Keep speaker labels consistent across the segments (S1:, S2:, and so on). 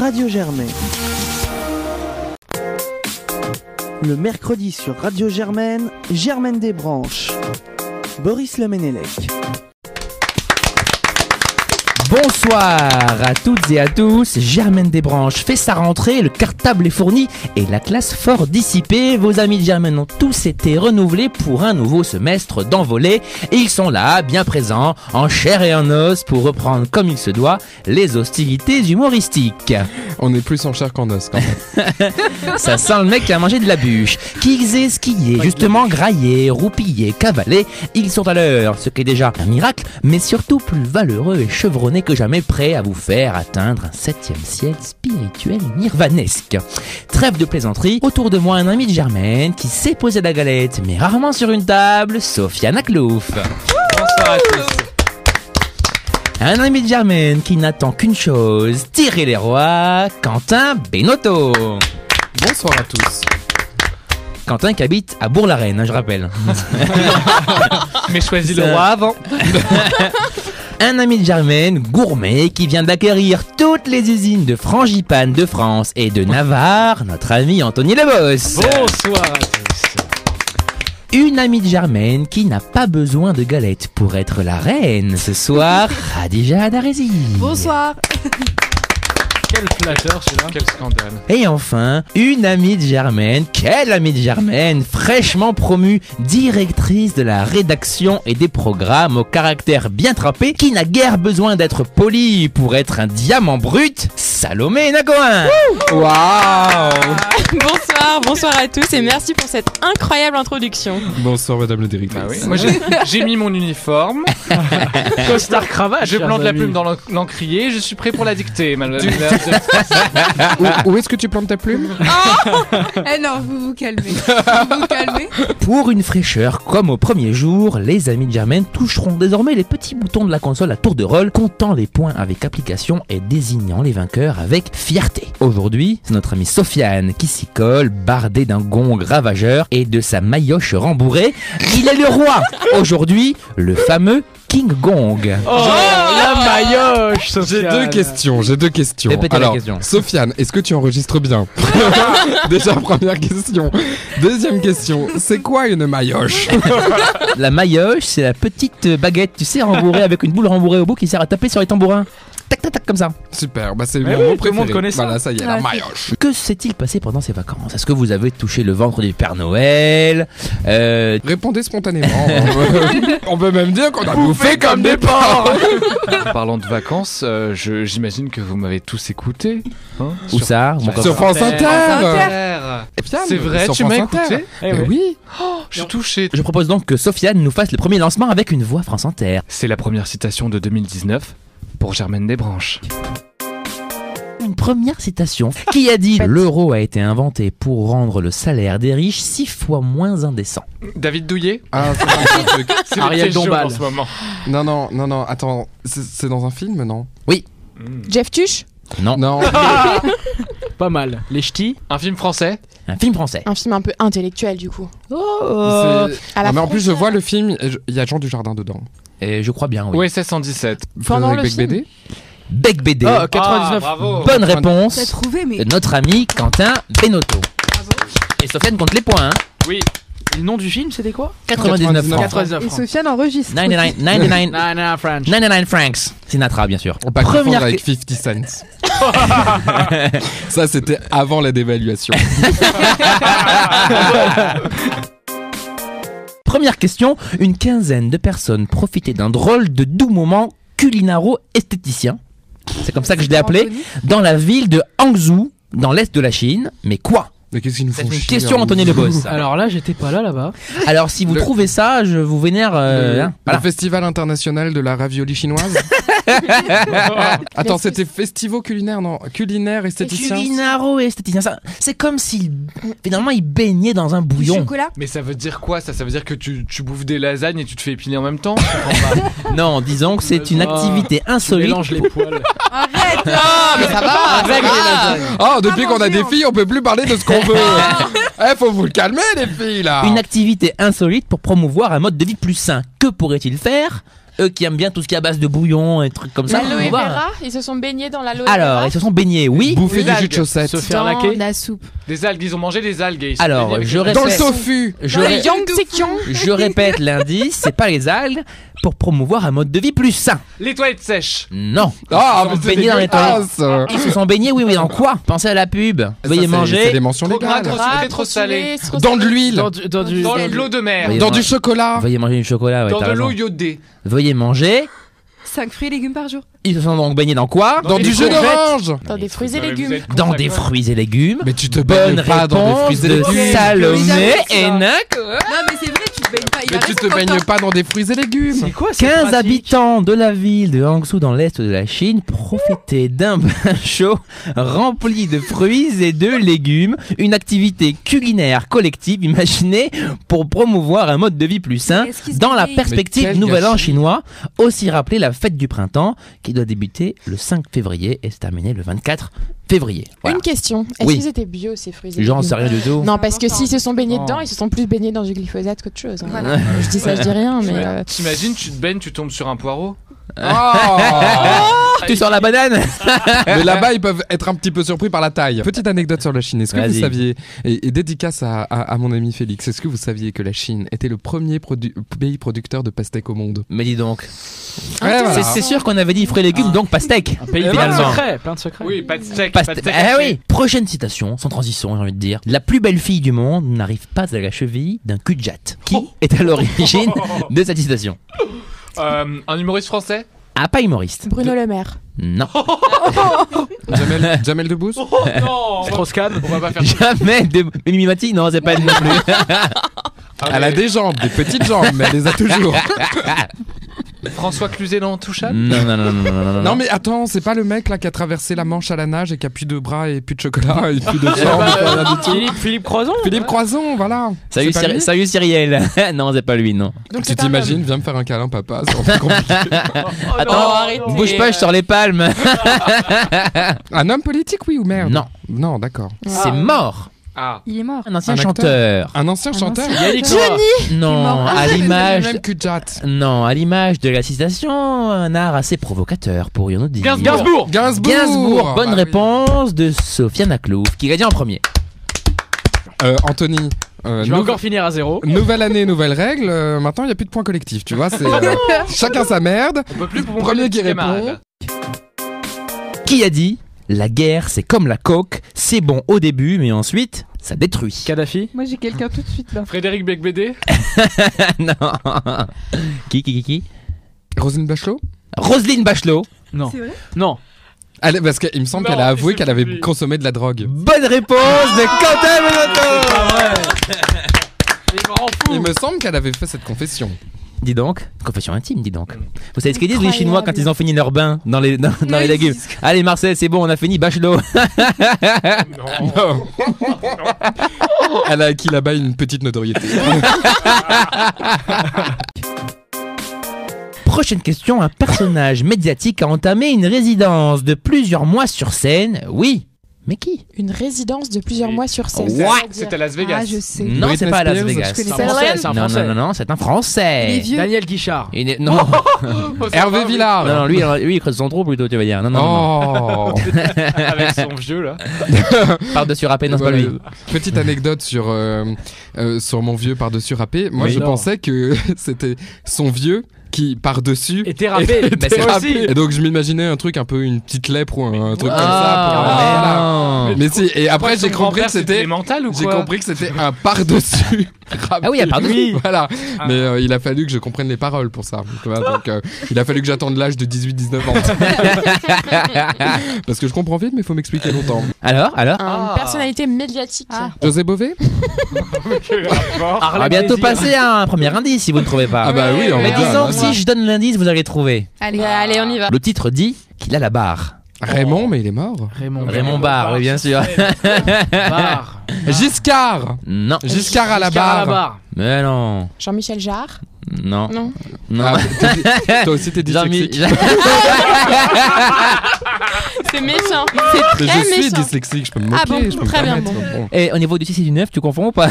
S1: Radio Germain. Le mercredi sur Radio Germaine, Germaine Desbranches, Boris Lemenelec.
S2: Bonsoir à toutes et à tous. Germaine Desbranches fait sa rentrée, le cartable est fourni et la classe fort dissipée. Vos amis de Germaine ont tous été renouvelés pour un nouveau semestre d'envolée. Et Ils sont là, bien présents, en chair et en os pour reprendre comme il se doit les hostilités humoristiques.
S3: On est plus en chair qu'en os quand même.
S2: Ça sent le mec qui a mangé de la bûche. Qu'ils aient skié, justement graillé, roupillé, cavalé, ils sont à l'heure, ce qui est déjà un miracle, mais surtout plus valeureux et chevronnés que jamais, prêts à vous faire atteindre un septième ciel spirituel nirvanesque. Trêve de plaisanterie, autour de moi un ami de Germaine qui sait poser la galette, mais rarement sur une table, Sofiane Aklouf.
S3: Bonsoir à tous.
S2: Un ami de Germaine qui n'attend qu'une chose, tirer les rois, Quentin Benotto.
S3: Bonsoir à tous.
S2: Quentin qui habite à Bourg-la-Reine, hein, je rappelle.
S4: Mais choisis
S2: le roi
S4: avant.
S2: Un ami de Germaine, gourmet, qui vient d'acquérir toutes les usines de frangipane de France et de Navarre, notre ami Anthony Lebos.
S4: Bonsoir à tous.
S2: Une amie de Germaine qui n'a pas besoin de galette pour être la reine. Ce soir, Khadija Daresi.
S5: Bonsoir.
S4: Quel flatteur celui-là.
S3: Quel scandale.
S2: Et enfin, une amie de Germaine, quelle amie de Germaine, fraîchement promue directrice de la rédaction et des programmes au caractère bien trempé, qui n'a guère besoin d'être polie pour être un diamant brut, Salomé Nakoin
S3: Waouh.
S5: bonsoir, bonsoir à tous et merci pour cette incroyable introduction.
S3: Bonsoir madame le directrice.
S6: Bah Moi j'ai- j'ai mis mon uniforme,
S4: Eh. Costard
S3: Ah,
S4: cravate.
S6: je plante
S4: chers
S6: la
S4: amis.
S6: plume dans l'en- l'encrier, je suis prêt pour la dictée. madame.
S3: Où, où est-ce que tu plantes ta plume
S5: Eh non, vous vous calmez. Vous vous calmez.
S2: Pour une fraîcheur comme au premier jour, les amis de Germaine toucheront désormais les petits boutons de la console à tour de rôle, comptant les points avec application et désignant les vainqueurs avec fierté. Aujourd'hui, c'est notre amie Sofiane qui s'y colle, bardée d'un gong ravageur et de sa maillotche rembourrée. Il est le roi Aujourd'hui, le fameux King Gong.
S4: Oh, la maillotche,
S3: J'ai
S4: Sofiane.
S3: deux questions, j'ai deux questions.
S2: Répétez la
S3: Alors,
S2: question.
S3: Sofiane, est-ce que tu enregistres bien Déjà première question. Deuxième question, c'est quoi une maillotche
S2: La maillotche, c'est la petite baguette, tu sais, rembourrée avec une boule rembourrée au bout qui sert à taper sur les tambourins. Tac tac tac comme ça.
S3: Super, bah c'est
S4: Mais
S3: mon
S4: oui,
S3: mot
S4: tout le
S3: préféré.
S4: monde connaît ça.
S3: Voilà, ça y est, la
S5: Ouais.
S3: maillotche.
S2: Que s'est-il passé pendant ces vacances Est-ce que vous avez touché le ventre du Père Noël Euh,
S3: Répondez spontanément. hein. On peut même dire qu'on a bouffé comme des porcs.
S6: En parlant de vacances, euh, je- j'imagine que vous m'avez tous écouté. hein,
S2: Où
S6: sur-
S2: ça Mon
S3: Sur
S2: copain.
S3: France Inter. Eh Putain,
S6: C'est
S3: mais
S6: vrai,
S3: sur
S6: tu
S3: France
S6: m'as
S3: Inter.
S6: écouté
S4: Eh
S3: Mais
S4: ouais.
S3: oui.
S6: Je suis touché.
S2: Je propose donc que Sofiane nous fasse le premier lancement avec une voix France Inter.
S6: C'est la première citation de 2019 pour Germaine Desbranches.
S2: Une première citation qui a dit L'euro a été inventé pour rendre le salaire des riches six fois moins indécent.
S6: David Douillet
S3: Ah, c'est dans un truc.
S6: C'est
S4: Ariel
S6: lequel je joue
S4: Dombal.
S6: en ce moment.
S3: Non, non, non, non, attends, c'est- c'est dans un film, non
S5: Jeff Tuch,
S3: Non,
S4: Pas mal. Les ch'tis.
S6: Un film français
S2: Un film français.
S5: un film un peu intellectuel du coup.
S3: c'est-
S5: À Ah,
S3: Non,
S5: la
S3: Euh, Ah, mais en plus, je
S5: frontière.
S3: vois le film, et je- il y a Jean du Jardin dedans.
S2: Et je crois bien, oui.
S6: OSS 117.
S5: Pendant
S3: Frédéric
S5: le film.
S3: Becbédé
S2: Bec BD.
S4: Oh, 99.
S6: Ah, bravo.
S2: Bonne réponse
S7: T'as trouvé, mais.
S2: de notre ami Quentin Benotto. Et Sofiane compte les points. hein.
S4: Le nom du film, c'était quoi
S2: 99 francs.
S4: 99
S7: Et
S4: francs.
S7: Sofiane enregistre.
S2: 99, 99,
S4: Nah, nah, French.
S2: 99 francs. Sinatra, bien sûr.
S3: On pas confondre
S2: Première
S3: avec 50 Cent. Ça, c'était avant la dévaluation.
S2: Première question, une quinzaine de personnes profitaient d'un drôle de doux moment culinaro-esthéticien. C'est comme ça que je l'ai appelé.
S7: Anthony.
S2: Dans la ville de Hangzhou, dans l'est de la Chine. Mais quoi
S3: Mais qu'est-ce qu'il nous
S2: C'est
S3: faut
S2: une
S3: chier,
S2: question,
S3: hein,
S2: Anthony
S3: nous-
S2: Lebos. Alors,
S4: Alors là, j'étais pas là là-bas.
S2: alors, si vous
S3: Le-
S2: trouvez ça, je vous vénère. euh,
S3: Le,
S2: hein,
S3: le
S2: voilà.
S3: festival international de la ravioli chinoise. Attends, c'était festivo culinaire, non Culinaire, esthéticien.
S2: Culinaro-esthéticien. ça- C'est comme s'il. Finalement, il baignait dans un
S7: Du
S2: bouillon.
S7: chocolat.
S6: Mais ça veut dire quoi ça Ça veut dire que tu, tu bouffes des lasagnes et tu te fais épiler en même temps
S2: Non, disons que c'est une
S4: Ah,
S2: activité insolite.
S4: Mélange les poils.
S7: Arrête
S3: Ah,
S4: Avec les lasagnes.
S3: Oh, depuis
S7: Ah,
S3: qu'on a
S7: manger,
S3: des
S7: on-
S3: filles, on peut plus parler de ce qu'on veut. Eh, faut vous le calmer, les filles, là
S2: Une activité insolite pour promouvoir un mode de vie plus sain. Que pourrait-il faire Eux qui aiment bien tout ce qui est à base de bouillon et trucs comme ça. pour
S5: L'aloe
S2: promouvoir-
S5: vera, ils se sont baignés dans l'aloe vera.
S2: Alors, ils se sont baignés, oui.
S3: Bouffer du
S6: Des
S3: jus de
S6: algues.
S3: chaussette.
S4: Se faire
S5: dans
S4: laquer.
S5: la soupe.
S6: Des algues, ils ont mangé des algues. et ils sont
S2: Alors,
S6: baignés avec
S2: je
S6: les-
S2: répète-
S3: Dans le tofu
S2: Je,
S5: Dans
S2: ré-
S5: les yongsekions.
S2: je répète l'indice, c'est pas les algues pour promouvoir un mode de vie plus sain.
S6: Les toilettes sèches.
S2: Non.
S3: Ah,
S2: Ils
S3: mais
S2: sont
S3: c'est
S2: baignés dans les toilettes.
S3: dégueulasse Ça,
S2: Ils se sont baignés, oui, oui, en quoi Pensez à la pub.
S3: c'est-
S2: Veuillez
S3: C'est des
S2: manger.
S3: mentions
S6: Trop gras,
S3: légales.
S6: trop
S5: Ah,
S6: sucré, trop salé.
S3: Dans de l'huile
S4: Dans du. Dans du.
S6: Dans de l'eau de mer.
S2: Oui.
S3: Dans du chocolat
S2: Veuillez manger du chocolat, ouais,
S6: Dans
S2: t'as
S6: de l'eau
S2: raison.
S6: iodée.
S2: Veuillez manger.
S7: 5 fruits et légumes par jour.
S2: Ils se sont donc baignés dans quoi
S3: Dans
S6: des
S3: du jus
S6: courgettes.
S3: d'orange
S5: Dans des fruits et
S6: Non, mais vous
S5: légumes.
S6: êtes
S2: Dans
S6: cons,
S2: des
S6: ça,
S2: fruits et légumes.
S3: Mais tu te
S2: Bonne
S3: baignes pas dans des
S2: réponse
S3: fruits et
S2: de
S3: légumes
S2: Salomé
S7: Jamais,
S2: et
S7: ça.
S2: Noc.
S7: Non, mais c'est vrai, tu te baignes pas. Il
S3: Mais
S7: a
S3: tu
S7: raison,
S3: te
S7: Quentin.
S3: baignes pas dans des fruits et légumes
S4: C'est quoi cette
S2: 15
S4: pratique
S2: habitants de la ville de Hangzhou dans l'est de la Chine profitaient d'un bain chaud rempli de fruits et de légumes, une activité culinaire collective imaginée pour promouvoir un mode de vie plus sain
S7: Mais est-ce qu'ils se
S2: hein, dans la
S7: débrouillent
S2: perspective
S3: Mais
S2: du
S3: quel
S2: Nouvel An
S3: gâchis.
S2: chinois, aussi rappelée la fête du printemps qui doit débuter le 5 février et se terminer le 24 février. Voilà.
S5: Une question. Est-ce
S2: Oui.
S5: qu'ils étaient bio ces fruits et
S2: J'en
S5: légumes
S2: sais rien du tout.
S5: Non, parce que
S7: Important.
S5: s'ils se sont baignés
S4: Oh.
S5: dedans, ils se sont plus baignés dans du glyphosate qu'autre chose. hein.
S7: Voilà.
S5: Je dis ça, je dis rien, mais. euh,
S6: T'imagines, tu te baignes, tu tombes sur un poireau.
S3: Ah.
S2: Tu sors la banane
S3: Mais là-bas, ils peuvent être un petit peu surpris par la taille. Petite anecdote sur la Chine. Est-ce que vous
S2: Vas-y.
S3: saviez, et, et dédicace à, à- à mon ami Félix, est-ce que vous saviez que la Chine était le premier produ- pays producteur de pastèques au monde
S2: Mais dis donc,
S7: Ah,
S3: Ouais, voilà.
S2: Ah, c'est c'est sûr qu'on avait dit fruits et légumes, donc pastèque.
S4: Un pays
S3: Eh
S4: plein de
S3: ben.
S4: secrets. Plein de secrets.
S6: Oui, pas de steak.
S2: Pas
S6: pas
S2: st-
S6: de steak
S2: eh
S6: haché.
S2: oui. Prochaine citation, sans transition, j'ai envie de dire. La plus belle fille du monde n'arrive pas à la cheville d'un cul de jatte. Qui
S3: Oh.
S2: est à l'origine de cette citation
S6: Euh, un humoriste français
S2: Ah, pas humoriste.
S5: Bruno Le Maire.
S2: Non.
S3: Oh. Jamel, Jamel Debbouze
S6: Oh non on va-
S4: Strauss-Kahn.
S6: On va pas faire ça.
S2: Jamais de Mais Mimi Mati, non, c'est pas elle non plus.
S3: Elle a des jambes, des petites jambes, mais elle les a toujours.
S6: François Cluzet non touchable
S2: Non, non, non, non, non, non, non.
S3: Non mais attends, c'est pas le mec là qui a traversé la Manche à la nage et qui a plus de bras et plus de chocolat et plus de jambes. et plus rien du tout.
S4: Philippe, Philippe Croison.
S3: Philippe Croison, voilà.
S2: Salut,
S3: C'est pas
S2: Cyri-
S3: lui Oh,
S2: salut Cyrielle. non, c'est pas lui, non.
S5: Donc
S3: Tu
S5: c'est un
S3: t'imagines, viens me faire un câlin, papa. c'est un peu compliqué.
S4: Oh,
S2: Attends,
S5: arrêtez.
S2: bouge pas, je sors les palmes.
S3: Ah. un homme politique, oui ou merde
S2: Non,
S3: Non, d'accord.
S2: c'est mort.
S6: Ah
S7: Il est mort.
S2: Un ancien
S3: Un acteur.
S2: chanteur.
S3: Un ancien chanteur. Ah,
S4: Yannick
S2: Non,
S4: Noah.
S2: à
S3: C'est le
S2: l'image.
S3: même que Jatt.
S2: Non, à l'image de la citation, un art assez provocateur, pourrions-nous dire.
S3: Gainsbourg.
S6: Gainsbourg
S2: Oh. Gainsbourg, bonne
S3: Bah oui.
S2: réponse de Sofiane Aklouf qui l'a dit en premier.
S3: Euh, Anthony, euh,
S4: Je vais
S3: nou-
S4: encore finir à zéro.
S3: nouvelle année, nouvelle règle. euh, maintenant, il n'y a plus de points collectifs, tu vois. C'est euh, chacun sa merde.
S6: On peut plus pour
S3: Premier qui répond.
S6: camarade.
S2: Qui a dit La guerre, c'est comme la coke, c'est bon au début, mais ensuite, ça détruit.
S4: Kadhafi.
S7: Moi, j'ai quelqu'un tout de suite là.
S6: Frédéric Becbédé
S2: non Qui, qui, qui, qui
S3: Roselyne Bachelot
S2: Roselyne Bachelot.
S4: Non.
S7: C'est vrai
S4: Non.
S3: Elle est- Parce qu'il me semble
S6: Non,
S3: qu'elle a avoué
S6: c'est
S3: qu'elle avait
S6: lui.
S3: consommé de la drogue.
S2: Bonne réponse de Quentin Menoto
S3: Il me semble qu'elle avait fait cette confession.
S2: Dis donc, confession intime, dis donc. Vous savez ce qu'ils disent les
S5: Incroyable.
S2: Chinois quand ils ont fini leur bain dans les, dans, dans les
S7: Oui,
S2: légumes
S7: c'est ce
S2: Allez Marcel, c'est bon, on a fini Bachelot.
S3: Elle a acquis là-bas une petite notoriété.
S2: Prochaine question, un personnage médiatique a entamé une résidence de plusieurs mois sur scène. Oui, mais qui
S5: Une résidence de plusieurs
S6: Oui.
S5: mois sur 16.
S6: C'est à Las
S7: Ah,
S6: Vegas.
S7: je sais.
S2: Non, c'est
S3: Britney
S2: pas à Las
S3: Spears,
S2: Vegas.
S7: je connais
S4: C'est un
S7: Céline.
S4: français. C'est un
S2: Non,
S4: français.
S2: non, non, non, c'est un Français.
S7: Il
S3: Eh,
S7: est vieux.
S4: Daniel Guichard.
S2: Il est- Non,
S3: Oh. Hervé Villard.
S2: non, non, lui, alors, lui, il creuse son trou plutôt, tu vas dire. Non, non, non,
S3: Oh
S6: Avec son vieux là.
S2: non. par-dessus râpé, non, c'est pas
S3: Voilà.
S2: lui.
S3: Petite anecdote sur, euh, euh, sur mon vieux par-dessus râpé. Moi,
S4: Oui.
S3: je
S4: Non.
S3: pensais que c'était son vieux qui par-dessus.
S4: Et thérapé.
S3: était
S2: Mais c'est
S4: Moi
S3: râpé.
S4: aussi.
S3: Et donc, je m'imaginais un truc un peu, une petite lèpre ou un truc comme ça. pour- voilà.
S2: Ah, mais non.
S3: Mais si, et après, j'ai compris que c'était.
S6: mental ou
S3: J'ai
S6: quoi
S3: compris que c'était un par-dessus. râpé.
S2: Ah oui, un par-dessus.
S3: Oui, Voilà.
S6: Ah.
S3: Mais euh, il a fallu que je comprenne les paroles pour ça. Tu vois, donc, euh, il a fallu que j'attende l'âge de 18-19 ans. Parce que je comprends vite, mais il faut m'expliquer longtemps.
S2: Alors, alors
S5: Une
S6: Ah.
S5: personnalité médiatique.
S7: Ah.
S3: José Bové
S2: On va bientôt passer à un premier indice si vous ne trouvez pas.
S3: Ah bah oui, on
S2: mais
S3: va dire,
S2: disons
S3: là,
S2: que
S3: là.
S2: si je donne l'indice, vous allez trouver.
S8: Bah,
S7: Allez,
S5: Ouais, Allez, on y va.
S2: Le titre dit qu'il a la barre.
S3: Raymond, mais il est mort.
S4: Raymond.
S2: Raymond Barre, oui, bien sûr.
S4: Barre.
S3: Giscard
S2: Non.
S3: Giscard à la
S4: Giscard à la
S3: barre.
S4: barre.
S2: Mais non.
S5: Jean-Michel Jarre.
S2: Non.
S5: Non.
S2: Non.
S3: Ah, t'es- t'es- Toi aussi t'es
S2: Jean-Mi-
S3: dyslexique.
S5: C'est méchant.
S8: Ah,
S3: Mais
S5: C'est très
S3: je suis
S5: méchant.
S3: dyslexique, je peux me moquer,
S5: Ah bon,
S3: je peux me
S5: très bien,
S3: permettre,
S5: bon.
S3: bon.
S2: Et au niveau du 6 et du 9, tu confonds ou pas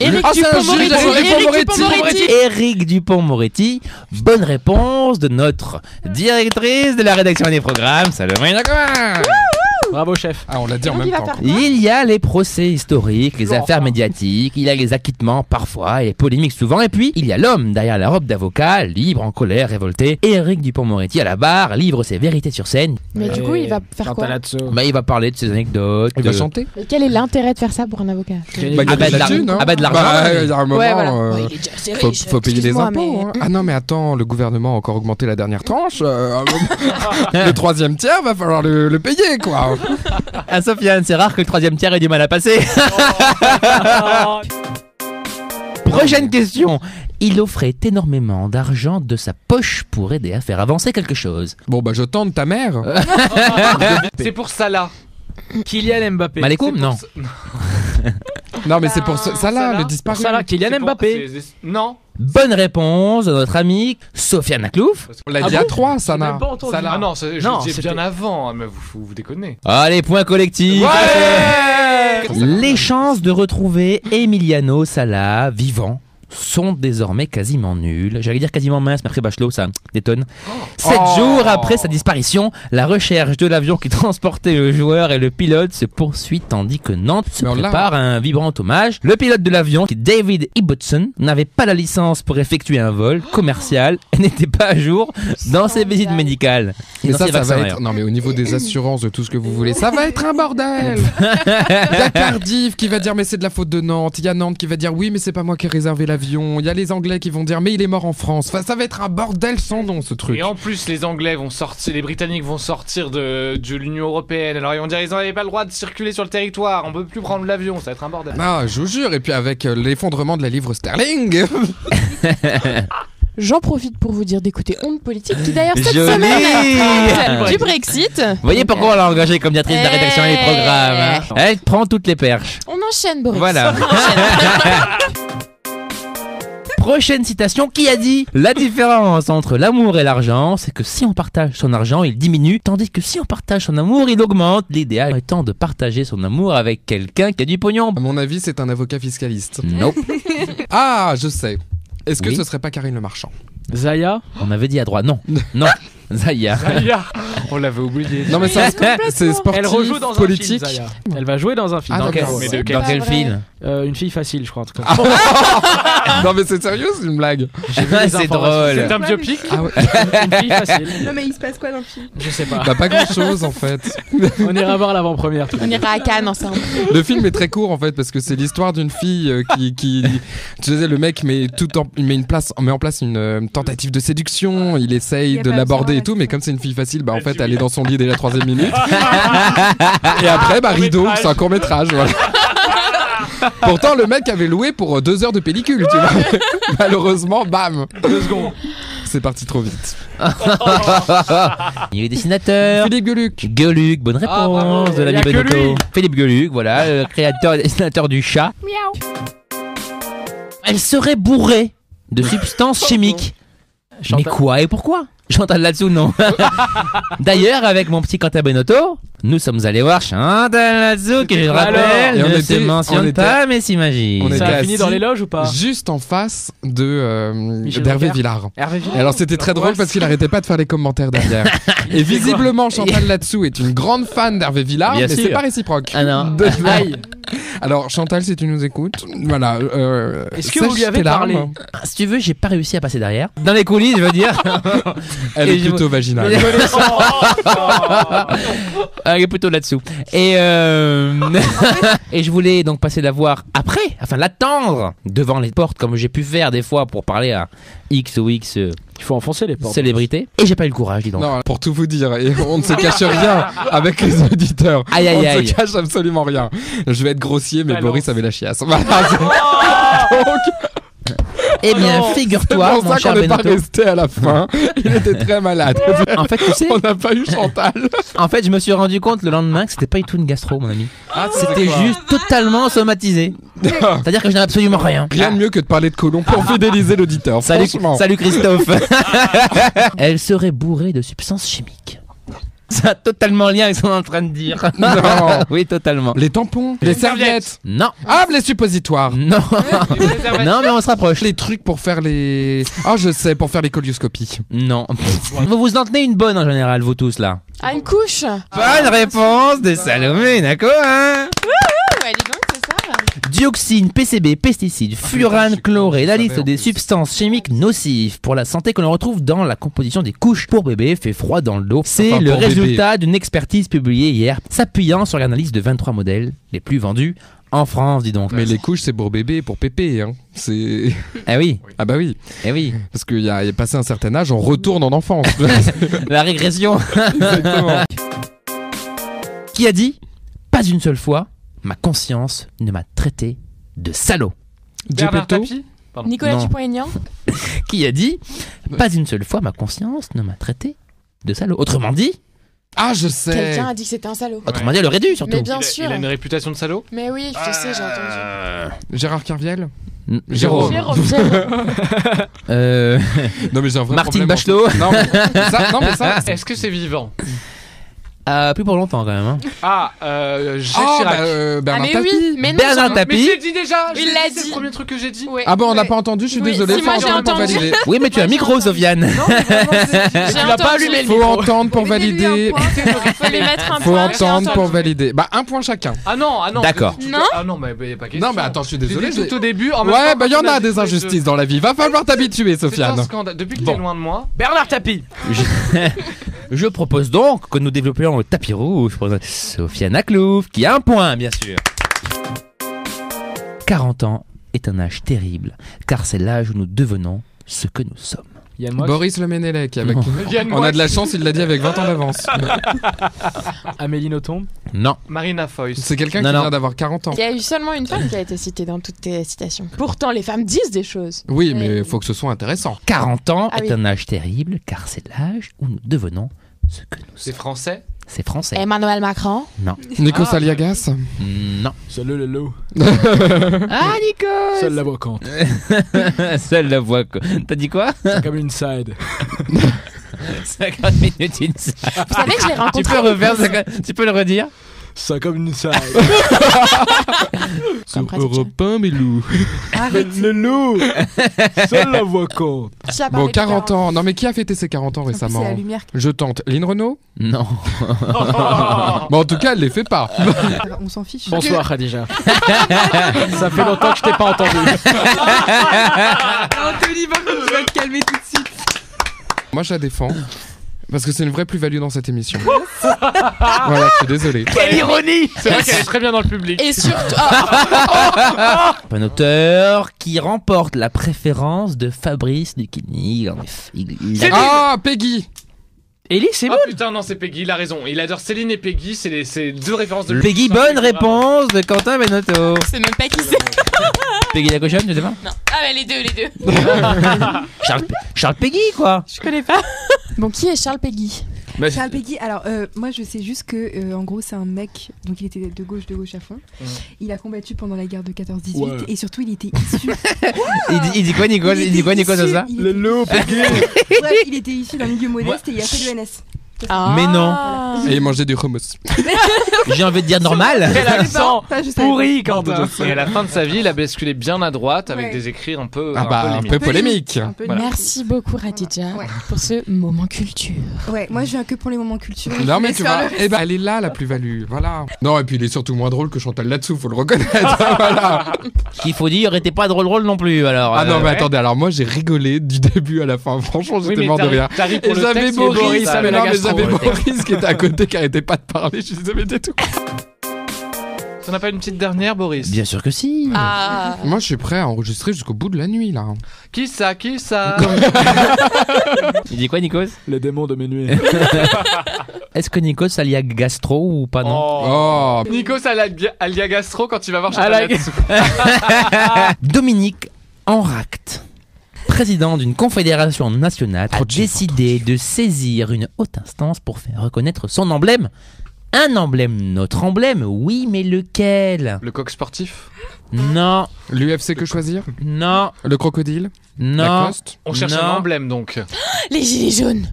S5: Eric
S2: Ah, c'est un
S5: Dupond-Moretti.
S2: juge, Eric
S5: Eric Dupond-Moretti.
S2: Éric Dupont-Moretti. Bonne réponse de notre directrice de la rédaction des programmes, Salomé Nacoin.
S4: Bravo, chef.
S3: Ah, on l'a dit en
S5: Donc,
S3: même
S5: il va
S3: temps.
S5: faire quoi
S2: Il y a les procès historiques, les
S4: Laurent.
S2: affaires médiatiques, il y a les acquittements parfois et les polémiques souvent, et puis il y a l'homme derrière la robe d'avocat, libre, en colère, révolté, Éric Dupont-Moretti à la barre, livre ses vérités sur scène.
S8: Mais du coup, il va faire quoi
S4: Pantalazzo.
S2: Bah, il va parler de ses anecdotes.
S3: Il va
S2: de-
S5: bah,
S3: chanter.
S8: Mais quel est l'intérêt de faire ça pour un avocat
S4: Quel-
S3: Bah, il y a
S2: Ah Euh, bah,
S3: de la
S2: de la-
S3: thune, hein.
S2: ah bah, de l'argent.
S3: Bah, il y a un moment,
S8: Ouais, voilà.
S3: euh,
S8: il est déjà assez
S3: faut, faut payer les
S8: Excuse-moi,
S3: impôts.
S8: mais-
S3: hein. Ah non, mais attends, le gouvernement a encore augmenté la dernière tranche. euh, un moment- le troisième tiers, va falloir le, le payer, quoi.
S2: Ah, Sofiane, c'est rare que le troisième tiers ait du mal à passer.
S4: Ah,
S2: Prochaine question. Il offrait énormément d'argent de sa poche pour aider à faire avancer quelque chose.
S3: Bon, bah, je tente ta mère.
S4: C'est pour ça là. Kylian Mbappé.
S2: Malekoum Non.
S3: non, mais c'est pour ça, ça là,
S4: Bah, Salah.
S3: le disparu.
S4: Salah, Kylian Mbappé.
S6: Non.
S2: Bonne réponse de notre ami Sofiane Naklouf.
S3: On l'a
S4: Ah
S3: dit à
S4: bon
S3: trois, ça n'a.
S4: même pas entendu.
S3: Ça
S6: Ah
S3: là.
S6: non, c'est- je
S4: Non,
S6: le disais
S4: c'était-
S6: bien avant, hein, mais vous, vous, vous déconnez.
S2: Allez, point collectif. Les chances de retrouver Emiliano Sala vivant sont désormais quasiment nulles. J'allais dire quasiment mince, mais après Bachelot, ça détonne. Sept
S6: Oh.
S2: jours après sa disparition, la recherche de l'avion qui transportait le joueur et le pilote se poursuit tandis que Nantes se
S3: Mais on l'a.
S2: prépare à un vibrant hommage. Le pilote de l'avion, qui est David Ibbotson, n'avait pas la licence pour effectuer un vol
S3: Oh.
S2: commercial et n'était pas à jour dans ses visites médicales. Et
S3: Mais
S2: dans
S3: ça,
S2: ses
S3: ça
S2: vaccins,
S3: va hein.
S2: d'ailleurs.
S3: être. Non, mais au niveau des assurances, de tout ce que vous voulez, ça va être un bordel. Il y a Cardiff qui va dire, mais c'est de la faute de Nantes. Il y a Nantes qui va dire, oui, mais c'est pas moi qui ai réservé l'avion. Il y a les Anglais qui vont dire, mais il est mort en France. Enfin, ça va être un bordel sans nom, ce truc.
S6: Et en plus, les Anglais vont sortir, les Britanniques vont sortir de, de l'Union Européenne. Alors ils vont dire ils n'avaient pas le droit de circuler sur le territoire, on peut plus prendre l'avion, ça va être un bordel.
S3: Ah, je vous jure, et puis avec euh, l'effondrement de la livre sterling.
S8: J'en profite pour vous dire d'écouter Onde Politique, qui d'ailleurs cette
S2: Joli.
S8: semaine
S5: Du Brexit.
S2: Vous voyez pourquoi on l'a engagée comme directrice de la rédaction et des programmes. hein. Elle prend toutes les perches.
S8: On enchaîne, Boris.
S2: Voilà. Prochaine citation qui a dit La différence entre l'amour et l'argent, c'est que si on partage son argent, il diminue, tandis que si on partage son amour, il augmente. L'idéal étant de partager son amour avec quelqu'un qui a du pognon.
S3: À mon avis, c'est un avocat fiscaliste.
S2: Nope.
S3: Ah, je sais. Est-ce que
S2: Oui.
S3: ce serait pas Karine Le Marchand
S4: Zaya.
S2: On avait dit à droite. Non. Non. Zaya.
S6: on l'avait oublié.
S3: Non, mais ça, c'est
S4: Elle rejoue
S3: sportif,
S4: dans un film.
S3: politique.
S4: Zaya. Elle va jouer dans un film.
S3: Ah,
S4: Dans
S2: Dans
S4: quel-
S2: quel,
S3: d'accord. Ah,
S6: Mais de
S2: dans quel
S8: quel-
S2: film
S4: Euh, une fille facile, je crois. en tout cas.
S3: non, mais c'est sérieux, c'est une blague.
S4: les
S2: C'est
S4: informations.
S2: drôle.
S6: C'est un biopic
S3: Ah ouais.
S4: Une fille facile.
S7: Non, mais il se passe quoi dans le film
S4: Je sais pas.
S3: Bah, pas grand chose en fait.
S4: On ira voir l'avant-première.
S5: On ira à Cannes ensemble.
S3: Le film est très court en fait parce que c'est l'histoire d'une fille euh, qui, qui tu sais le mec met tout en, il met une place met en place une euh, tentative de séduction, il
S7: Il
S3: essaye
S7: y a
S3: de
S7: pas
S3: l'aborder et
S7: besoin,
S3: tout mais
S7: ouais.
S3: comme c'est une fille facile bah en fait elle est dans son lit dès la troisième minute et après bah rideau c'est un court métrage voilà. Pourtant le mec avait loué pour euh, deux heures de pellicule tu vois malheureusement bam
S4: Deux secondes.
S3: c'est parti trop vite.
S2: Il est dessinateur.
S3: Philippe Geluc
S2: Gueuluc, bonne
S4: Ah, bravo.
S2: réponse de l'ami
S4: Il y a que
S2: Benotto.
S4: lui.
S2: Philippe Gueuluc, voilà, le créateur et dessinateur du chat. Elle serait bourrée de substances chimiques. Mais
S4: Chantal-
S2: quoi et pourquoi Chantal là-dessous, non. D'ailleurs, avec mon petit Quentin Benotto, nous sommes allés voir Chantal là-dessous, que je le rappelle,
S3: Et on
S2: ne
S3: était-
S2: se mentionne
S3: on était-
S2: pas, mais s'imagine.
S3: on
S4: Ça
S3: était
S4: a fini
S3: assis.
S4: dans les loges ou pas
S3: juste en face de euh,
S4: Michel
S3: d'Hervé
S4: Drucker.
S3: Villard.
S4: Hervé
S3: Et alors c'était très drôle parce qu'il arrêtait pas de faire les commentaires derrière. Et visiblement Chantal Latsou est une grande fan d'Hervé Villard,
S2: Bien
S3: mais
S2: sûr.
S3: c'est pas réciproque.
S2: Ah non.
S3: De- Alors Chantal, si tu nous écoutes, voilà. euh,
S4: Est-ce que
S3: sèche
S4: vous lui avez
S3: tes larmes.
S4: parlé
S2: Si tu veux, j'ai pas réussi à passer derrière. Dans les coulisses, je veux dire.
S3: Elle
S2: Et
S3: est
S2: je-
S3: plutôt vaginale.
S2: Elle est plutôt là-dessous. Et, euh, et je voulais donc passer la voir après, enfin l'attendre devant les portes, comme j'ai pu faire des fois pour parler à X ou X euh,
S4: Il faut enfoncer les portes.
S2: célébrité. Et j'ai pas eu le courage, dis donc.
S3: Non, pour tout vous dire, et on ne se cache rien avec les auditeurs.
S2: Ah Aïe, aïe,
S3: on ne
S2: aïe.
S3: se cache absolument rien. Je vais être grossier, mais
S4: Balance.
S3: Boris avait la chiasse. Voilà, c'est- Donc,
S2: Eh bien,
S3: Oh c'est
S2: figure-toi,
S3: pour
S2: mon
S3: ça
S2: cher
S3: qu'on n'est pas
S2: Benotto.
S3: resté à la fin. Il était très malade.
S2: En fait, tu sais,
S3: On n'a pas eu Chantal.
S2: en fait, je me suis rendu compte le lendemain que c'était pas du tout une gastro, mon ami.
S3: Ah,
S2: C'était juste totalement somatisé. C'est-à-dire que je n'ai absolument rien.
S3: Rien de mieux que de parler de colons pour fidéliser l'auditeur.
S2: Salut,
S3: Franchement.
S2: salut Christophe. Elle serait bourrée de substances chimiques. Ça a totalement lien avec ce qu'on est en train de dire.
S3: Non.
S2: oui, totalement.
S3: Les tampons, les,
S6: Les
S3: serviettes.
S2: Non,
S3: Ah, les suppositoires.
S2: non,
S6: Les préservatifs.
S2: non, mais on se rapproche.
S3: Les trucs pour faire les. Ah, je sais, pour faire les colioscopies.
S2: Non. Vous vous en tenez une bonne en général, vous tous là.
S8: Ah, une couche
S3: Ah.
S2: Bonne réponse de Salomé, d'accord hein
S5: Ouais, dis donc, c'est ça.
S2: Dioxine, PCB, pesticides, furane,
S3: Ah, je
S2: chloré, la
S3: savais,
S2: liste
S3: en
S2: des
S3: plus.
S2: substances chimiques nocives pour la santé que l'on retrouve dans la composition des couches pour bébé fait froid dans le dos. C'est
S3: Enfin,
S2: le
S3: pour
S2: résultat d'une expertise publiée hier, s'appuyant sur l'analyse de 23 modèles les plus vendus en France, dis donc.
S3: Mais les couches, c'est pour bébé et pour pépé. Hein. C'est.
S2: Eh oui,
S3: Ah, bah oui.
S2: eh oui,
S3: Parce qu'il y a, il y a passé un certain âge, on retourne en enfance.
S2: la régression.
S3: Exactement.
S2: Qui a dit Pas une seule fois, ma conscience ne m'a traité de salaud.
S6: Bernard
S3: Gepetto
S6: Tapie Pardon.
S8: Nicolas
S2: Non.
S8: Dupont-Aignan
S2: Qui a dit Pas une seule fois, ma conscience ne m'a traité de salaud. Autrement dit,
S3: Ah, je sais.
S8: Quelqu'un a dit que c'était un salaud.
S2: autrement dit, elle aurait dû surtout.
S8: Mais bien
S6: il, a-
S8: sûr.
S6: il a une réputation de salaud
S8: Mais oui, je sais, j'ai entendu.
S3: Gérard Carviel
S2: Mm,
S3: Jérôme.
S8: Jérôme,
S5: Ah,
S8: Jérôme.
S2: Euh,
S3: Non, mais j'ai un vrai
S2: Martine
S3: problème en-
S2: Bachelot.
S3: Non, mais ça, non, mais ça.
S6: Est-ce que c'est vivant
S2: Euh, plus pour longtemps quand même. hein.
S6: Ah, euh, Jacques
S3: Ah,
S6: Chirac.
S3: bah, euh,
S5: Ah,
S3: Bernard
S5: mais
S3: Tapie.
S5: oui, mais non.
S2: Bernard
S5: j'en-
S6: Mais
S2: Tapie.
S6: je l'ai dit déjà je
S5: Il
S6: l'ai
S5: l'a
S6: dit, C'est
S5: dit.
S6: le premier truc que j'ai dit.
S5: Ouais.
S3: Ah bon, on n'a
S5: Ouais.
S3: pas entendu, je suis
S5: Oui,
S3: désolé.
S5: si,
S3: faut
S5: moi, j'ai
S3: entendre pour
S5: entendu.
S3: valider.
S2: Oui, mais tu as un
S5: Moi, j'ai
S2: micro,
S5: entendu.
S2: Sofiane.
S7: Non, mais vraiment, c'est-
S5: J'ai
S6: Tu l'as pas
S5: entendu.
S6: allumé, le
S3: Faut entendre pour
S7: Mettez-lui un
S3: valider.
S7: point.
S5: Faut lui mettre un
S3: Faut
S5: point, j'ai
S3: entendre pour
S5: entendu.
S3: valider. Bah, un point chacun.
S6: Ah non, ah non.
S2: D'accord.
S6: tu- tu-
S5: Non.
S6: Ah non, mais il a pas question.
S3: Non, mais attends, je suis
S6: J'ai
S3: désolé.
S6: dit
S3: j'ai-
S6: tout au début. En même
S3: Ouais,
S6: temps,
S3: bah, il y
S6: tu
S3: en
S6: l'as
S3: a
S6: dit
S3: des
S6: tous les deux.
S3: injustices dans la vie. Va falloir t'habituer,
S6: C'est un
S3: Sofiane.
S6: scandale. Depuis que
S3: Bon.
S6: t'es loin de moi.
S4: Bernard Tapie.
S2: Je propose donc que nous développions le tapis rouge pour notre Sofiane Aklouf, qui a un point, bien sûr. 40 ans est un âge terrible, car c'est l'âge où nous devenons ce que nous sommes.
S4: Yann Moix.
S3: Boris Le Ménélec avec.
S6: Yann
S3: On
S6: Moix.
S3: a de la chance, il l'a dit avec 20 ans d'avance.
S4: Amélie Nothomb.
S2: Non.
S6: Marina Foïs.
S3: C'est quelqu'un qui
S2: Non, non.
S3: vient d'avoir 40 ans.
S8: Il y a eu seulement une femme qui a été citée dans toutes tes citations. Pourtant, les femmes disent des choses.
S3: Oui, mais faut que ce soit intéressant.
S2: 40 ans
S8: Ah
S2: est
S8: oui.
S2: un âge terrible, car c'est l'âge où nous devenons ce que nous
S6: C'est
S2: sommes.
S6: français.
S2: C'est français.
S8: Emmanuel Macron
S3: Nico
S8: bah,
S6: Ah.
S3: Saliagas
S2: Non.
S4: Seul le lot.
S2: Ah, Nico
S4: Seul la brocante.
S2: Seule la voix. quoi. T'as dit quoi
S4: C'est comme une side.
S2: 50 minutes inside.
S8: Vous savez que je l'ai
S2: Tu
S8: rencontré
S2: peux refaire, ça- tu peux le redire
S4: C'est comme une side.
S8: Comme pratique.
S3: mais loup.
S4: le loup. Seul la voix compte.
S8: Qui a parlé
S3: Bon,
S8: de
S3: 40 ans. Non, mais qui a fêté ses 40 ans
S7: C'est la
S3: récemment
S7: lumière.
S3: Je tente. Lynn Renault
S2: Non.
S6: Ah.
S3: Bon, en tout cas, elle les fait pas.
S7: On s'en fiche.
S4: Bonsoir Khadija. Ça fait longtemps que je t'ai pas entendu.
S7: Anthony, par contre, tu vas te calmer tout de suite.
S3: Moi, je la défends. Parce que c'est une vraie plus-value dans cette émission. voilà, je suis désolé.
S2: Quelle ironie
S6: C'est vrai qu'elle est très bien dans le public.
S8: Et surtout, ah,
S2: Un auteur qui remporte la préférence de Fabrice Lucchini. En effet, il- il-
S3: Ah, Peggy
S4: Ellie, c'est
S6: Ah putain, non, c'est Peggy, il a raison. Il adore Céline et Peggy, c'est les- c'est deux références de
S2: Peggy, bonne réponse de Quentin Benotto.
S5: Je sais même pas qui c'est.
S2: Peggy la cochonne, tu sais pas
S5: Non. Ah, mais les deux, les deux.
S2: Charles, Charles Peggy, quoi
S5: Je connais pas.
S8: bon, qui est Charles Peggy
S2: Bah,
S7: C'est un Peggy. Alors, euh, moi, je sais juste que, euh, en gros, c'est un mec. Donc, il était de gauche, de gauche à fond. Il a combattu pendant la guerre de 14-18.
S4: Ouais.
S7: Et surtout, il était issu.
S2: il, dit- il dit quoi, Nico Il dit quoi, Nico, de ça
S7: Le loup, Peggy Bref, il était issu d'un milieu modeste et il a fait l'ENS.
S2: Mais
S5: Ah.
S3: Et manger du hummus.
S2: J'ai envie de dire normal.
S4: Quel accent
S7: Enfin, je savais
S4: pourri
S6: Quentin.
S4: Quentin.
S6: Et à la fin de sa vie, il a basculé bien à droite avec
S7: Ouais.
S6: des écrits un peu.
S3: Ah
S6: un peu
S3: bah, un
S6: limites.
S3: peu polémique.
S7: Un peu limite.
S8: Merci beaucoup, Raditya,
S7: Ouais.
S8: pour ce moment culture.
S7: Ouais, moi, je viens que pour les moments culturels.
S3: Non
S7: Je
S3: mais
S7: laisse
S3: tu
S7: faire
S3: vois, eh ben, elle est là la plus-value, voilà. Non et puis il est surtout moins drôle que Chantal là-dessous, faut le reconnaître, voilà.
S2: Qu'il faut dire, était pas drôle drôle non plus, alors.
S3: Ah non
S2: euh,
S3: mais attendez, alors moi j'ai rigolé du début à la fin, franchement
S6: Oui,
S3: j'étais
S6: mais
S3: mort de
S6: t'arrives-
S3: rire.
S6: t'arrives
S3: Et
S6: pour le
S3: j'avais
S6: texte,
S3: Boris,
S6: Boris,
S3: mais
S6: avec
S3: non
S6: la
S3: mais
S6: gastro,
S3: j'avais
S6: ouais.
S3: Boris qui était à côté qui arrêtait pas de parler, je disais mais t'es tout.
S6: T'en as pas une petite dernière, Boris
S2: Bien sûr que si.
S5: Ah.
S3: Moi je suis prêt à enregistrer jusqu'au bout de la nuit là.
S6: Qui ça Qui ça
S2: Il dit quoi, Nico
S4: Le démon de mes nuits.
S2: Est-ce que Nico, ça lie à gastro ou pas, non
S3: Oh, Ah,
S6: Nikos Alia- Alia Gastro quand il va voir Chantal
S4: Alia-
S6: là-dessous.
S2: Dominique Enract, président d'une confédération nationale, a décidé de saisir une haute instance pour faire reconnaître son emblème. Un emblème, notre emblème, oui, mais lequel
S6: Le coq sportif
S2: Non,
S3: l'UFC que choisir
S2: non,
S3: Le crocodile
S2: non.
S3: Lacoste
S6: On cherche
S2: Non.
S6: un emblème donc.
S8: Les gilets jaunes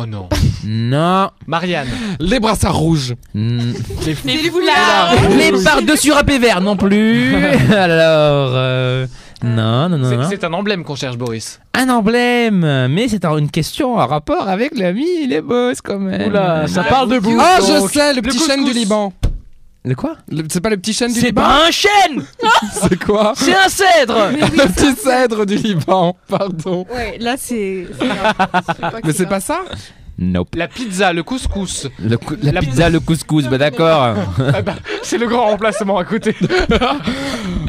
S6: Oh non. Ah,
S2: Non.
S6: Marianne.
S3: Les brassards rouges.
S2: Mm.
S5: Les foulards
S2: Les par-dessus râpés verts non plus. Alors. euh, Non, non, non,
S6: Ah. C'est
S2: non.
S6: c'est un emblème qu'on cherche, Boris.
S2: Un emblème, mais c'est un- une question en rapport avec l'ami et les boss quand même.
S6: ça
S2: parle de bouffe.
S3: Ah, je sais, le petit
S6: couscous.
S3: chêne du Liban.
S2: De quoi
S3: Le- C'est pas le petit chêne du
S2: C'est
S3: Liban
S2: pas un chêne,
S3: C'est quoi
S2: c'est un cèdre.
S3: Le petit cèdre du Liban, pardon.
S7: Ouais, là c'est.
S3: Mais c'est pas ça
S2: Nope.
S6: La pizza, le couscous.
S2: Le cou- la,
S6: La-
S2: pizza, le couscous, bah d'accord.
S6: Ah bah, c'est le grand remplacement à côté.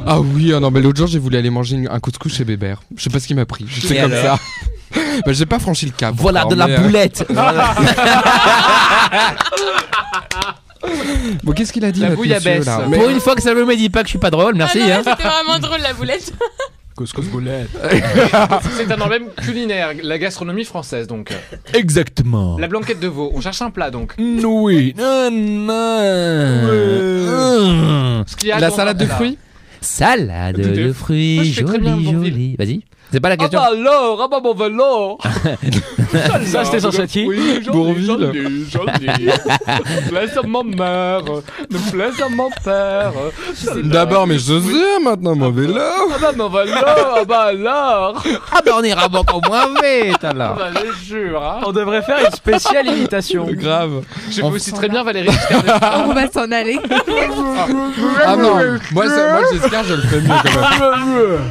S3: Ah oui, ah non, mais l'autre jour j'ai voulu aller manger une- un couscous chez Bébert. Je sais pas ce qui m'a pris.
S2: Et
S3: J'étais comme
S2: alors
S3: ça. bah, j'ai pas franchi le cap.
S2: Voilà
S3: encore,
S2: de
S3: mais,
S2: la
S3: euh,
S2: boulette.
S3: euh, Bon, qu'est-ce qu'il a dit
S6: La
S3: notre monsieur,
S6: bouillabaisse.
S3: là
S2: Pour une fois que ça me dit pas que je suis pas drôle,
S3: Ah
S2: merci. hein.
S5: Ah C'était vraiment drôle la boulette.
S6: C'est un emblème culinaire, la gastronomie française donc.
S2: Exactement.
S6: La blanquette de veau, on cherche un plat donc.
S2: Oui. Non, non.
S6: Ce qu'il y a
S3: La
S6: dans-
S3: salade de
S6: là.
S3: fruits
S2: Salade
S6: Tout est-
S2: de
S6: Moi,
S2: fruits,
S6: je fais très bien
S2: jolie,
S6: le bon
S2: jolie. Vas-y. C'est pas la question.
S4: alors, ah bah mon vélo Ça, c'était sans châtier.
S6: Oui, j'en ai,
S3: Bourvil.
S6: j'en ai, j'en ai. Place à ma mère, me place à mon père.
S3: D'abord, mais je sais maintenant mon vélo.
S4: Ah bah mon vélo, ah bah alors
S2: Ah ben on ira encore moins vite
S6: Ah
S2: alors.
S6: bah, je jure, hein.
S4: On devrait faire une spéciale imitation.
S3: Grave.
S6: Je peux
S3: Enfin.
S6: aussi très bien Valérie.
S7: On va s'en aller.
S3: Ah non, moi, ça- moi j'espère, je le fais mieux quand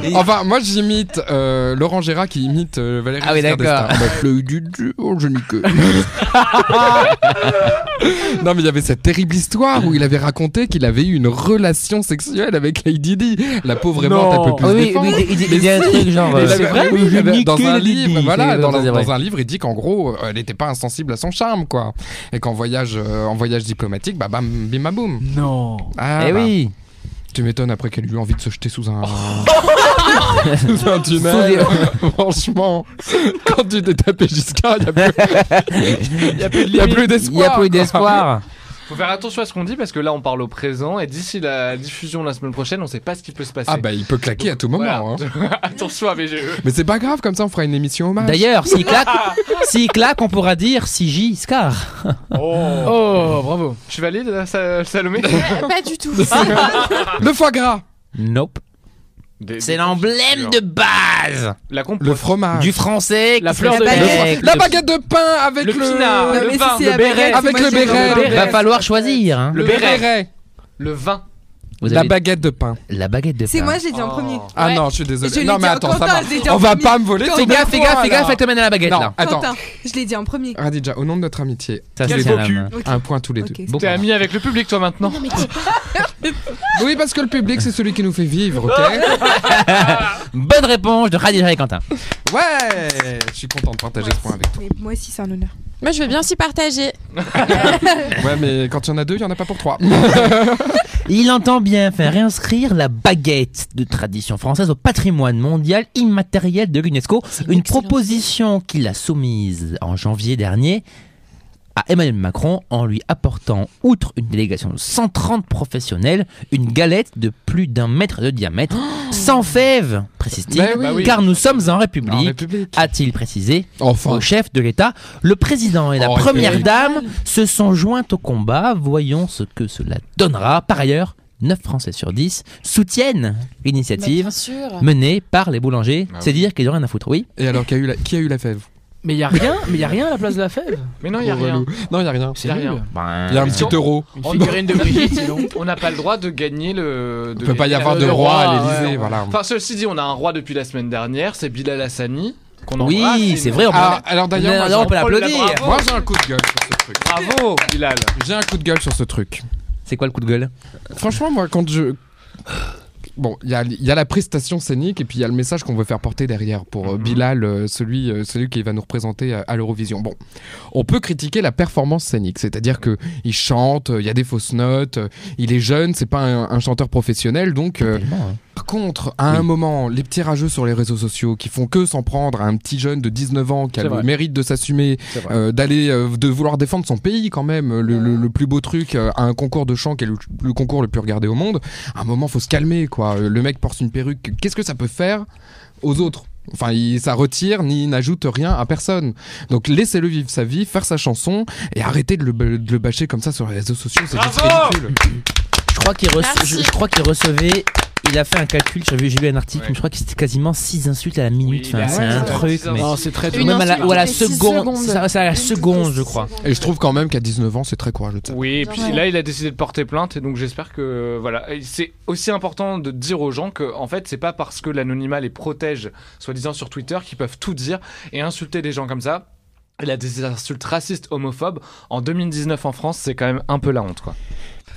S3: même. Enfin, moi j'imite euh, Laurent Gérard qui imite euh, Valérie
S2: Ah oui,
S3: Giscard
S2: d'accord.
S3: d'Estaing. Avec le du du, oh, je nique. non, mais il y avait cette terrible histoire où il avait raconté qu'il avait eu une relation sexuelle avec Lady Di. La pauvre aimante,
S4: Non.
S3: elle peut plus se
S2: Ah oui,
S3: défendre.
S2: oui, il, il- il dit un truc genre.
S3: Mais
S2: euh,
S3: il avait-
S4: vrai
S3: oui, il avait-
S2: niqué
S3: dans un
S2: Lady Di,
S3: livre,
S2: c'est
S3: voilà,
S2: vrai,
S3: dans,
S2: c'est
S3: dans
S2: vrai.
S3: un livre, il dit qu'en gros, euh, elle n'était pas insensible à son charme, quoi. Et qu'en voyage, euh, en voyage diplomatique, bah bam, bim, bam, boum.
S4: Non.
S3: Ah,
S2: Eh
S3: bah,
S2: oui.
S3: tu m'étonnes après qu'elle ait eu envie de se jeter sous un. sous un tunnel. Franchement, quand tu t'es tapé Giscard, il n'y a plus, y a plus
S2: Il y a
S3: d'espoir.
S2: plus
S3: quoi.
S2: d'espoir.
S6: Faut faire attention à ce qu'on dit parce que là on parle au présent et d'ici la diffusion la semaine prochaine, on sait pas ce qui peut se passer.
S3: Ah bah il peut claquer à tout moment.
S6: Voilà.
S3: hein.
S6: attention à E. mes jeux.
S3: Mais c'est pas grave, comme ça on fera une émission hommage.
S2: D'ailleurs, s'il claque, s'il claque, on pourra dire si Giscard.
S6: Oh.
S4: Oh, bravo.
S6: Tu valides là, Sa- Salomé
S8: Pas du tout.
S3: Le foie gras,
S2: Nope. C'est l'emblème de base
S6: La compote.
S3: le fromage,
S2: du français.
S4: Ah. La
S2: qui
S4: fleur
S2: se
S4: de
S2: fait
S4: baguette.
S2: avec
S3: la
S2: le-
S3: baguette de pain avec
S6: Le
S3: le,
S6: pinard,
S7: Non,
S6: le
S7: mais
S6: vin,
S7: si,
S4: le
S7: avec-
S4: béret.
S3: Avec
S7: moi,
S3: le
S7: j'ai-
S3: béret.
S4: Le
S2: Va falloir choisir. hein.
S6: Le
S3: le
S6: béret.
S3: béret,
S6: Le vin.
S2: Vous
S3: la
S2: avez
S3: baguette de pain.
S2: la baguette de
S7: C'est
S2: pain.
S7: moi, j'ai dit en
S6: Oh.
S7: premier.
S3: Ah
S5: Ouais.
S3: non, je suis
S7: Et je
S3: désolé.
S7: l'ai
S3: Non
S7: dit
S3: mais
S7: en-
S3: attends, ça
S7: Quentin,
S3: va.
S7: je l'ai dit en
S3: On va
S7: premier.
S3: pas me voler.
S2: Fais
S3: ton
S2: gaffe,
S3: info,
S2: fais gaffe, fais
S3: alors.
S2: gaffe, elle te mène à la baguette
S3: Non,
S2: là.
S3: attends.
S7: Quentin, je l'ai dit en premier.
S3: Radija, au nom de notre amitié,
S2: Ça,
S6: Quel
S2: c'est
S6: beau
S2: la
S6: cul.
S2: main.
S7: Ok.
S3: un point tous les deux.
S7: Ok.
S2: Bon.
S6: T'es ami avec le public toi maintenant
S3: Oui, parce que le public, c'est celui qui nous fait vivre, ok
S2: Bonne réponse de Radija et Quentin.
S3: Ouais Je suis content de partager ce point avec
S7: Mais moi aussi, c'est un honneur.
S5: Moi je veux bien s'y partager.
S3: toi. Ouais, mais quand il y en a deux, il y en a pas pour trois.
S2: Il entend bien faire réinscrire la baguette de tradition française au patrimoine mondial immatériel de l'UNESCO. Une proposition qu'il a soumise en janvier dernier à Emmanuel Macron en lui apportant, outre une délégation de 130 professionnels, une galette de plus d'un mètre de diamètre, sans fèves, précise-t-il,
S3: Bah oui. Bah oui.
S2: car nous sommes en
S3: En
S2: République,
S3: République.
S2: a-t-il précisé,
S3: Enfin,
S2: au chef de l'État. Le président et la
S3: Oh,
S2: première
S3: Eric.
S2: dame se sont jointes au combat. Voyons ce que cela donnera. Par ailleurs, 9 Français sur 10 soutiennent l'initiative
S8: Bien sûr.
S2: menée par les boulangers.
S3: Bah
S2: C'est dire qu'ils n'ont rien à foutre, oui.
S3: et alors, qui a eu la, qui a eu la fève
S4: Mais y a rien, mais y a rien à la place de la fève.
S6: Mais non, il y a
S3: Pour
S6: rien.
S3: Oh, relou. Non, il y a rien.
S4: C'est
S6: Y a
S4: nul.
S6: rien.
S3: Il y a un petit euro.
S4: Une figurine de Brigitte, sinon.
S6: On n'a pas le droit de gagner le.
S3: Il
S6: de
S3: peut pas y
S6: gagner
S3: avoir
S6: la-
S3: de
S4: le
S3: roi
S4: roi,
S3: à l'Elysée,
S4: ouais, ouais.
S3: voilà.
S6: Enfin, ceci dit, on a un roi depuis la semaine dernière, c'est Bilal Hassani. qu'on embrasse,
S2: Oui, c'est vrai. On peut...
S3: Ah, alors d'ailleurs,
S2: Non,
S3: moi,
S2: on peut
S6: Paul
S2: l'applaudir.
S6: Labravo.
S3: j'ai- moi, j'ai un coup de gueule sur ce truc.
S6: Bravo, Bilal.
S3: J'ai un coup de gueule sur ce truc.
S2: C'est quoi le coup de gueule
S3: Franchement, moi, quand je. Bon, il y a, il y a la prestation scénique et puis il y a le message qu'on veut faire porter derrière pour euh, Bilal, euh, celui, euh, celui qui va nous représenter à, à l'Eurovision. Bon, on peut critiquer la performance scénique, c'est-à-dire que il chante, euh, il y a des fausses notes, euh, il est jeune, c'est pas un, un chanteur professionnel, donc. euh, par contre, à un moment, les petits rageux sur les réseaux sociaux qui font que s'en prendre à un petit jeune de 19 ans qui a
S4: C'est
S3: le
S4: vrai.
S3: mérite de s'assumer,
S4: C'est vrai.
S3: euh, d'aller, euh, de vouloir défendre son pays quand même, le, le- le plus beau truc euh, à un concours de chant qui est le, le concours le plus regardé au monde. À un moment, faut se calmer quoi. Euh, Le mec porte une perruque. Qu'est-ce que ça peut faire aux autres Enfin, il, ça retire ni n'ajoute rien à personne. Donc laissez-le vivre sa vie, faire sa chanson et arrêtez de le, de le bâcher comme ça sur les réseaux sociaux. C'est juste
S6: Bravo
S3: ridicule.
S2: Je crois qu'il rece-
S5: Merci.
S2: je, je crois qu'il recevait. Il a fait un calcul, j'ai vu, j'ai lu un article,
S6: Ouais.
S2: mais je crois que c'était quasiment 6 insultes à la minute.
S6: Oui,
S2: enfin,
S6: bah
S2: c'est
S6: ouais,
S2: un
S6: c'est
S2: truc,
S6: ça.
S2: mais.
S6: Non,
S1: c'est très
S8: Une
S2: même à la,
S8: insulte
S2: ou à la
S8: toutes les six
S2: seconde,
S8: secondes.
S2: c'est à- c'est à la seconde, je crois.
S3: Et je trouve quand même qu'à 19 ans, c'est très courageux de ça.
S6: Oui, et puis
S8: Ouais.
S6: là, il a décidé de porter plainte, et donc j'espère que euh, voilà, Et c'est aussi important de dire aux gens que en fait, c'est pas parce que l'anonymat les protège, soi-disant sur Twitter, qu'ils peuvent tout dire et insulter des gens comme ça. Et là, des insultes racistes, homophobes, en 2019 en France, c'est quand même un peu la honte, quoi.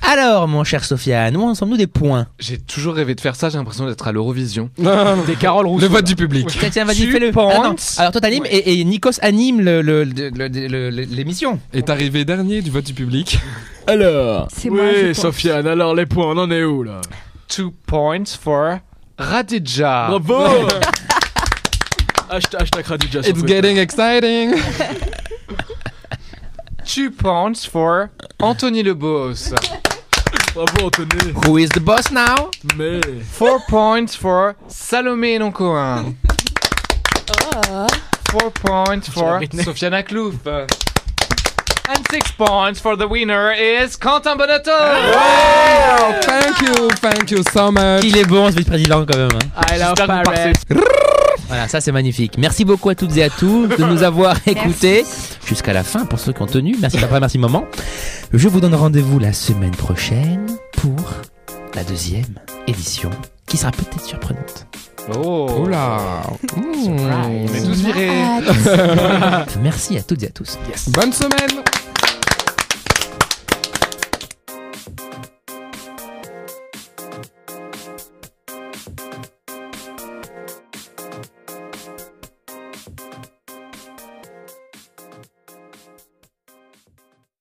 S2: Alors, mon cher Sofiane, nous en sommes-nous des points
S6: J'ai toujours rêvé de faire ça, j'ai l'impression d'être à l'Eurovision.
S4: Des Carole
S3: Le
S4: Rousseau.
S3: vote du public.
S2: Tiens, tiens, vas-y,
S6: Tu
S2: fais-le.
S6: penses
S2: Ah non. Alors, toi, t'animes et, et Nikos anime le- le- le- le- le- le- l'émission.
S3: Est arrivé dernier du vote du public.
S4: Alors.
S7: C'est moi, je pense.
S4: Sofiane, alors les points, on en est où là
S6: Two points for
S4: Ah.
S6: Radija.
S4: Bravo Hashtag hashtag Radija sur
S3: It's
S4: Twitter.
S3: getting exciting.
S6: Two points for Anthony Le Boss.
S4: Bravo Anthony
S2: Who is the boss now
S4: Mais
S6: Four points for Salomé Noncoin.
S4: Oh.
S6: Four points for Sofiane Klouf. And six points for the winner is Quentin Bonotto.
S3: Wow,
S4: Ah.
S3: thank you, thank you so much.
S2: Il est bon, ce vice-président, quand même. hein.
S4: I love
S6: J'espère que vous
S4: Paris.
S2: Voilà, ça, c'est magnifique. Merci beaucoup à toutes et à tous de nous avoir écoutés jusqu'à la fin pour ceux qui ont tenu. Merci papa, merci maman. Je vous donne rendez-vous la semaine prochaine pour la deuxième édition qui sera peut-être surprenante.
S6: Oh.
S3: Oh là. Mmh.
S6: On est tous virés.
S2: Merci à toutes et à tous.
S3: Bonne semaine.